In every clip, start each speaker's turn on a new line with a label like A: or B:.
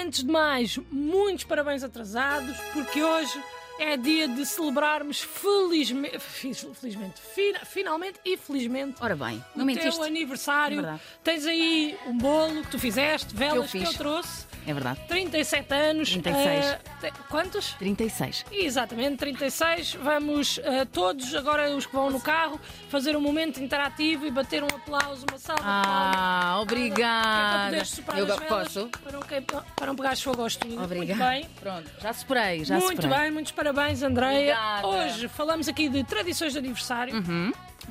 A: Antes de mais, muitos parabéns atrasados, porque hoje é dia de celebrarmos felizmente, felizmente fina- finalmente e felizmente
B: Ora bem, não
A: o
B: mentiste.
A: teu aniversário.
B: É verdade.
A: Tens aí um bolo que tu fizeste, velas que
B: fiz.
A: eu trouxe,
B: É verdade.
A: 37 anos.
B: 36.
A: eh, te- quantos?
B: 36.
A: Exatamente, 36. Vamos eh, todos, agora os que vão no carro, fazer um momento interativo e bater um aplauso, uma salva de palmas.
B: Ah,
A: Para
B: obrigada.
A: poderes soprar
B: Eu
A: as
B: go-
A: velas,
B: posso?
A: Para não, que- para não pegares fogo ao estúdio. Muito
B: Obrigada.
A: bem.
B: Pronto, já superei, já
A: Muito
B: superei.
A: bem, muitos parabéns, Andreia.
B: Obrigada. Uhum.
A: Hoje falamos aqui de tradições de aniversário.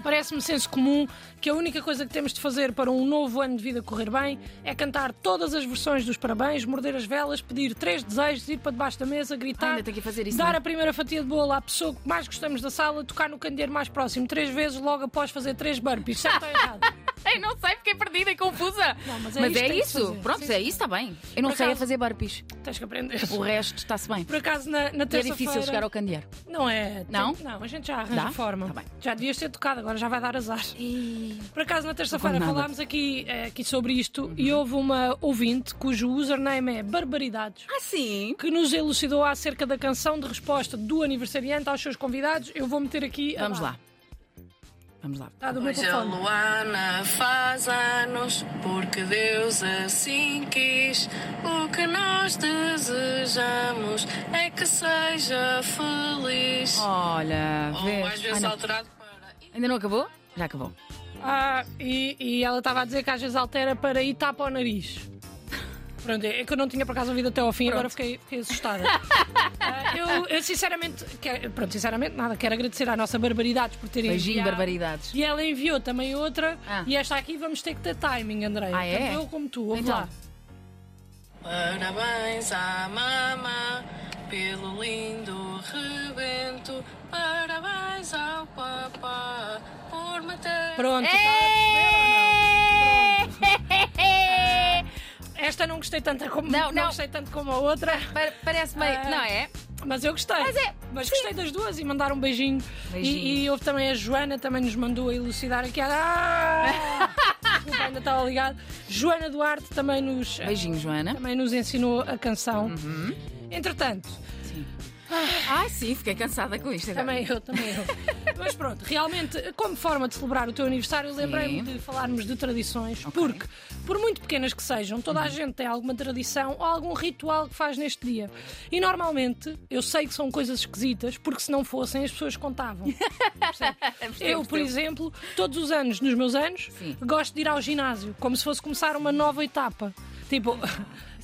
A: Parece-me senso comum que a única coisa que temos de fazer para um novo ano de vida correr bem é cantar todas as versões dos parabéns, morder as velas, pedir três desejos, ir para debaixo da mesa, gritar,
B: Ai, ainda tenho que fazer isso,
A: dar
B: não? é?
A: a primeira fatia de bolo à pessoa que mais gostamos da sala, tocar no candeeiro mais próximo três vezes logo após fazer três burpees. Certo ou errado?
B: Ei, não sei, fiquei perdida e confusa.
A: Não, mas é isto que tem que
B: isso.
A: fazer.
B: Pronto,
A: Sim,
B: se é
A: sim.
B: isso, está bem. Eu não
A: Por
B: sei
A: acaso-
B: a fazer barpis.
A: Tens que aprender.
B: O resto está-se bem.
A: Por acaso, na, na
B: E é
A: terça-feira...
B: difícil chegar ao candeeiro.
A: Não é?
B: Não?
A: Tem- não, a gente já arranja
B: Dá?
A: forma.
B: Tá bem.
A: Já devias ter tocado, agora já vai dar azar. Por acaso, na terça-feira
B: Não vale nada. Uhum.
A: falámos aqui, eh, aqui sobre isto e houve uma ouvinte cujo username é Barbaridades.
B: Ah, sim?
A: Que nos elucidou acerca da canção de resposta do aniversariante aos seus convidados. Eu vou meter aqui. a
B: Vamos
A: dar.
B: lá. Vamos lá.
A: Está do meu
C: Hoje a
A: telefone.
C: Luana faz anos porque Deus assim quis. O que nós desejamos é que seja feliz.
B: Olha,
C: Ou às
B: vês.
C: vezes
B: Ah, não.
C: alterado para.
B: Ainda não acabou? Já acabou.
A: Ah, e, e ela estava a dizer que às vezes altera para ir tapa ao nariz. Pronto, é que eu não tinha por acaso ouvido até ao fim, agora fiquei, fiquei assustada. Ah, eu, eu sinceramente, quero, pronto, sinceramente nada, quero agradecer à nossa Barbaridades por terem
B: Beijinho,
A: enviado.
B: barbaridades.
A: E ela enviou também outra,
B: Ah.
A: e esta aqui vamos ter que ter timing, André.
B: Ah, é?
A: Tanto Então, eu como tu, ouve
B: Então.
A: lá.
C: Parabéns à mamã pelo lindo rebento. Parabéns ao papá por me ter.
A: Pronto.
B: É!
A: Esta não gostei tanto como
B: Não, não.
A: gostei tanto como a outra,
B: Pa- Parece meio.
A: Ah.
B: Não é?
A: mas eu gostei.
B: Mas é-
A: Mas gostei das duas e mandar um beijinho.
B: Beijinho.
A: E, e houve também a Joana, também nos mandou a elucidar aqui. Ah! Desculpa, ainda estava ligado. Joana Duarte também nos
B: Beijinho, Uhum. Joana.
A: também nos ensinou a canção. Entretanto,
B: Ai, sim, fiquei cansada com isto agora.
A: Também eu, também eu. Mas pronto, realmente, como forma de celebrar o teu aniversário, lembrei-me
B: Sim.
A: de falarmos de tradições, porque, por muito pequenas que sejam, toda a gente tem alguma tradição ou algum ritual que faz neste dia. E normalmente, eu sei que são coisas esquisitas, porque se não fossem, as pessoas contavam. Eu, por exemplo, todos os anos, nos meus anos,
B: Sim.
A: gosto de ir ao ginásio, como se fosse começar uma nova etapa. Tipo.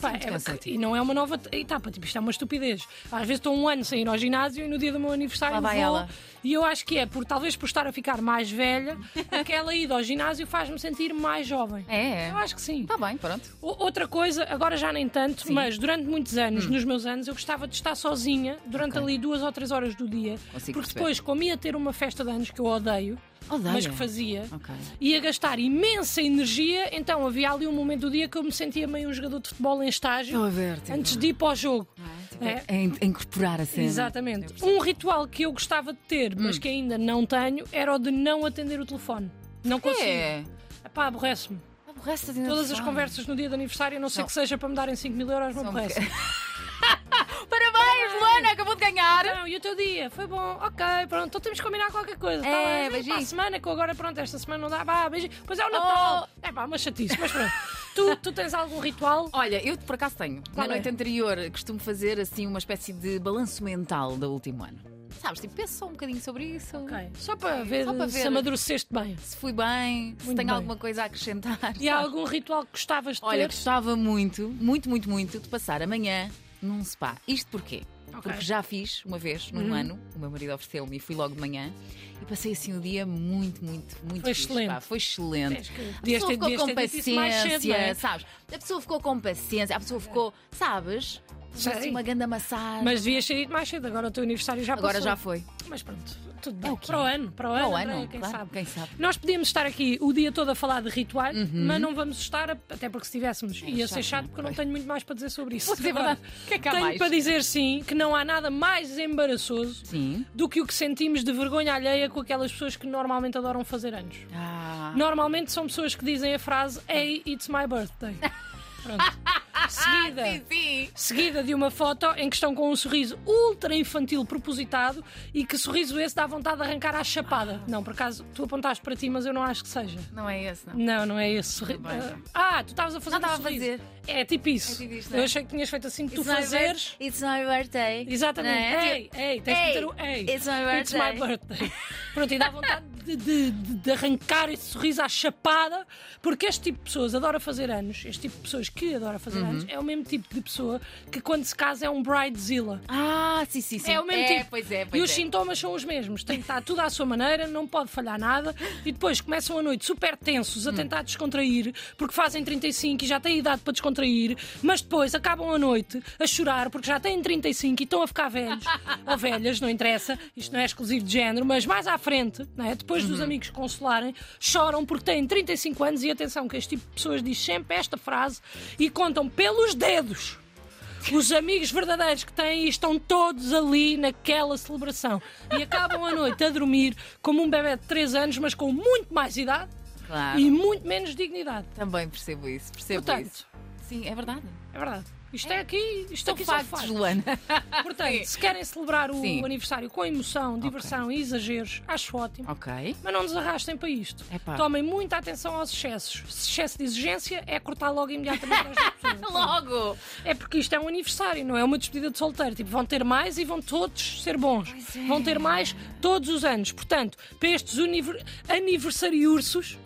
A: pá,
B: muito
A: é-
B: cansativo.
A: e não é uma nova t- etapa, tipo, isto é uma estupidez. Às vezes estou um ano sem ir ao ginásio e no dia do meu aniversário
B: Lá vai
A: vou,
B: ela.
A: E eu acho que é, por talvez por estar a ficar mais velha, aquela ida ao ginásio faz-me sentir mais jovem.
B: É, é.
A: Eu acho que sim.
B: Está bem, pronto.
A: O- Outra coisa, agora já nem tanto, mas durante muitos anos,
B: Hum.
A: nos meus anos, eu gostava de estar sozinha durante ali duas ou três horas do dia.
B: Consigo
A: porque
B: perceber.
A: depois, como ia ter uma festa de anos que eu odeio,
B: Odeia?
A: mas que fazia,
B: Ok.
A: ia gastar imensa energia, então havia ali um momento do dia que eu me sentia meio um jogador de futebol em estágio
B: Estou a ver, tipo-
A: antes de ir para o jogo. É.
B: É in- incorporar a cena.
A: Exatamente. Um ritual que eu gostava de ter,
B: Hum.
A: mas que ainda não tenho, era o de não atender o telefone. Não consigo.
B: É. Ah,
A: Pá, aborrece-me.
B: Aborrece de
A: Todas as
B: telefone.
A: conversas no dia de aniversário, a não ser
B: Não.
A: que seja para me darem 5 mil euros, não
B: São
A: aborrece.
B: Parabéns, Luana, acabou de ganhar.
A: Não, Então, e o teu dia? Foi bom, ok, pronto, então temos que combinar qualquer coisa.
B: É,
A: tá bem? Vem
B: beijinho.
A: Para a semana, que eu agora, pronto, esta semana não dá, pá, beijinho. Pois é o Natal.
B: Oh.
A: É pá, uma chatice, mas pronto. tu, tu tens algum ritual?
B: Olha, eu por acaso tenho. Na
A: é?
B: noite anterior costumo fazer assim uma espécie de balanço mental do último ano. Sabes, tipo, penso só um bocadinho sobre isso.
A: Ok, só para ver,
B: Só para
A: se
B: ver.
A: amadureceste bem.
B: Se fui bem,
A: Muito
B: se tenho
A: bem.
B: alguma coisa a acrescentar.
A: E há
B: sabes?
A: algum ritual que gostavas de ter?
B: Olha, gostava muito, muito, muito, muito de passar amanhã num spa. Isto porquê?
A: Ok. Uhum.
B: Porque já fiz uma vez, num ano, o meu marido ofereceu-me e fui logo de manhã e passei assim o dia muito, muito, muito
A: Foi
B: fixe,
A: excelente.
B: pá, Foi excelente.
A: Tens que- devias
B: A pessoa
A: ter-
B: ficou
A: devias
B: com
A: ter dito isso mais cedo, não é?
B: paciência, sabes? A pessoa ficou com paciência, a pessoa ficou, sabes? A fizesse
A: Sei.
B: uma grande massagem.
A: Mas devias ter ido mais cedo, agora o teu aniversário já
B: Agora
A: passou.
B: já foi.
A: Mas pronto, tudo bem.
B: É o quê?
A: para o ano, para o
B: Para
A: ano,
B: o
A: Andréia,
B: ano,
A: quem,
B: claro,
A: sabe.
B: quem sabe. Uhum.
A: Nós podíamos estar aqui o dia todo a falar de rituais, mas não vamos estar, a- até porque se tivéssemos, ia
B: chato,
A: ser chato porque eu não tenho muito mais para dizer sobre isso.
B: Pois é
A: Agora,
B: verdade. O que é que há
A: tenho
B: mais?
A: para dizer sim que não há nada mais embaraçoso
B: Sim.
A: do que o que sentimos de vergonha alheia com aquelas pessoas que normalmente adoram fazer anos.
B: Ah,
A: Normalmente são pessoas que dizem a frase Hey, it's my birthday. Pronto. Seguida
B: sim, sim.
A: seguida de uma foto em que estão com um sorriso ultra infantil propositado e que sorriso esse dá vontade de arrancar à chapada. Não, por acaso, tu apontaste para ti, mas eu não acho que seja.
B: Não é esse, não.
A: Não, não é esse sorriso.
B: Tá bem.
A: Ah, tu estavas a fazer
B: Não,
A: um
B: estava a
A: sorriso.
B: fazer.
A: É tipo isso.
B: É tipo isso, não é?
A: eu achei que tinhas feito assim que tu
D: It's my
A: fazeres.
D: bir- It's my birthday.
A: Exatamente.
D: Não é?
A: Ei, ei, tens que
D: Ei,
A: ter o ei.
D: it's my
A: It's my birthday. Pronto, e dá vontade de, de- de- de arrancar esse sorriso à chapada, porque este tipo de pessoas adora fazer anos, este tipo de pessoas que adora fazer
D: Uhum.
A: anos, é o mesmo tipo de pessoa que quando se casa é um bridezilla.
B: Ah, sim, sim, sim.
A: É o mesmo
B: é,
A: tipo.
B: Pois é,
A: e
B: pois
A: os
B: é.
A: sintomas são os mesmos. Tem que estar tudo à sua maneira, não pode falhar nada. E depois começam a noite super tensos a tentar descontrair, porque fazem 35 e já têm idade para descontrair, mas depois acabam a noite a chorar porque já têm 35 e estão a ficar velhos. Ou velhas, não interessa, isto não é exclusivo de género, mas mais à frente, não é? depois dos amigos consolarem, choram porque têm 35 anos e atenção que este tipo de pessoas diz sempre esta frase e contam pelos dedos os amigos verdadeiros que têm e estão todos ali naquela celebração. E acabam a noite a dormir como um bebê de 3 anos, mas com muito mais idade
B: Claro.
A: e muito menos dignidade.
B: Também percebo isso, percebo isso.
A: Portanto,
B: Sim, é verdade.
A: é verdade. Isto é aqui, isto
B: São
A: aqui são
B: factos,
A: factos.
B: Luana.
A: Portanto, se querem celebrar o
B: Sim.
A: aniversário com emoção, diversão e exageros, acho ótimo.
B: ok.
A: Mas não nos arrastem para isto.
B: Epá.
A: Tomem muita atenção aos excessos. Se excesso de exigência é cortar logo imediatamente às pessoas.
B: Logo!
A: É porque isto é um aniversário, não é uma despedida de solteiro. Tipo, vão ter mais e vão todos ser bons.
B: é.
A: Vão ter mais todos os anos. Portanto, para estes univer- aniversariursos,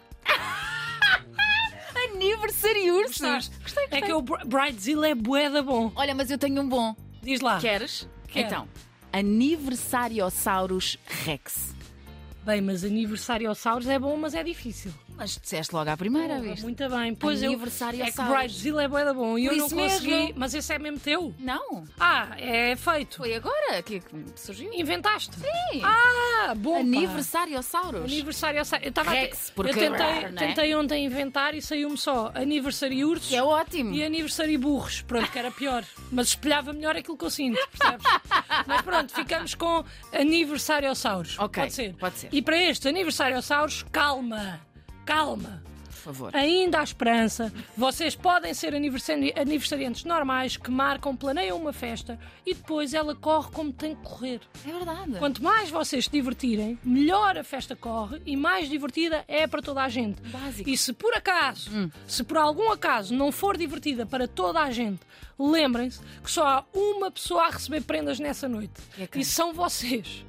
B: Aniversário ursos!
A: gostaste? é que o Bri- Bridezilla é boeda bom.
B: Olha, mas eu tenho um bom.
A: Diz lá.
B: Queres?
A: Quero.
B: Então, Aniversariosaurus Rex.
A: Bem, mas aniversariossauros é bom, mas é difícil.
B: Mas disseste logo à primeira
A: Porra,
B: vez.
A: Muito bem. Pois eu. É que
B: Aniversariossauros.
A: Bridezilla é boeda bom e eu
B: Por
A: não
B: isso mesmo.
A: consegui. Mas esse é mesmo teu?
B: Não,
A: Ah, é feito.
B: foi agora que que surgiu.
A: Inventaste?
B: Sim.
A: Ah, bom. pá.
B: Aniversariosaurus.
A: Aniversário ao Eu, tava a te-
B: Rex, porque
A: eu tentei,
B: rar, não é?
A: tentei ontem inventar e saiu-me só aniversário ursos
B: Que é ótimo.
A: e aniversário burros. Pronto, que era pior. Mas espelhava melhor aquilo que eu sinto, percebes? Mas pronto, ficamos com aniversário aos
B: Ok,
A: Pode ser.
B: pode ser.
A: E para este aniversário aos calma. Calma.
B: Por favor.
A: Ainda há esperança. Vocês podem ser aniversari- aniversariantes normais que marcam, planeiam uma festa e depois ela corre como tem que correr.
B: É verdade.
A: Quanto mais vocês se divertirem, melhor a festa corre e mais divertida é para toda a gente.
B: Básico. Hum.
A: E se por acaso, se por algum acaso não for divertida para toda a gente, lembrem-se que só há uma pessoa a receber prendas nessa noite.
B: E é quem?
A: E são vocês.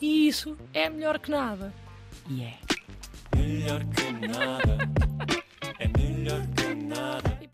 A: E isso é melhor que nada.
B: E é.
E: Melhor que nada.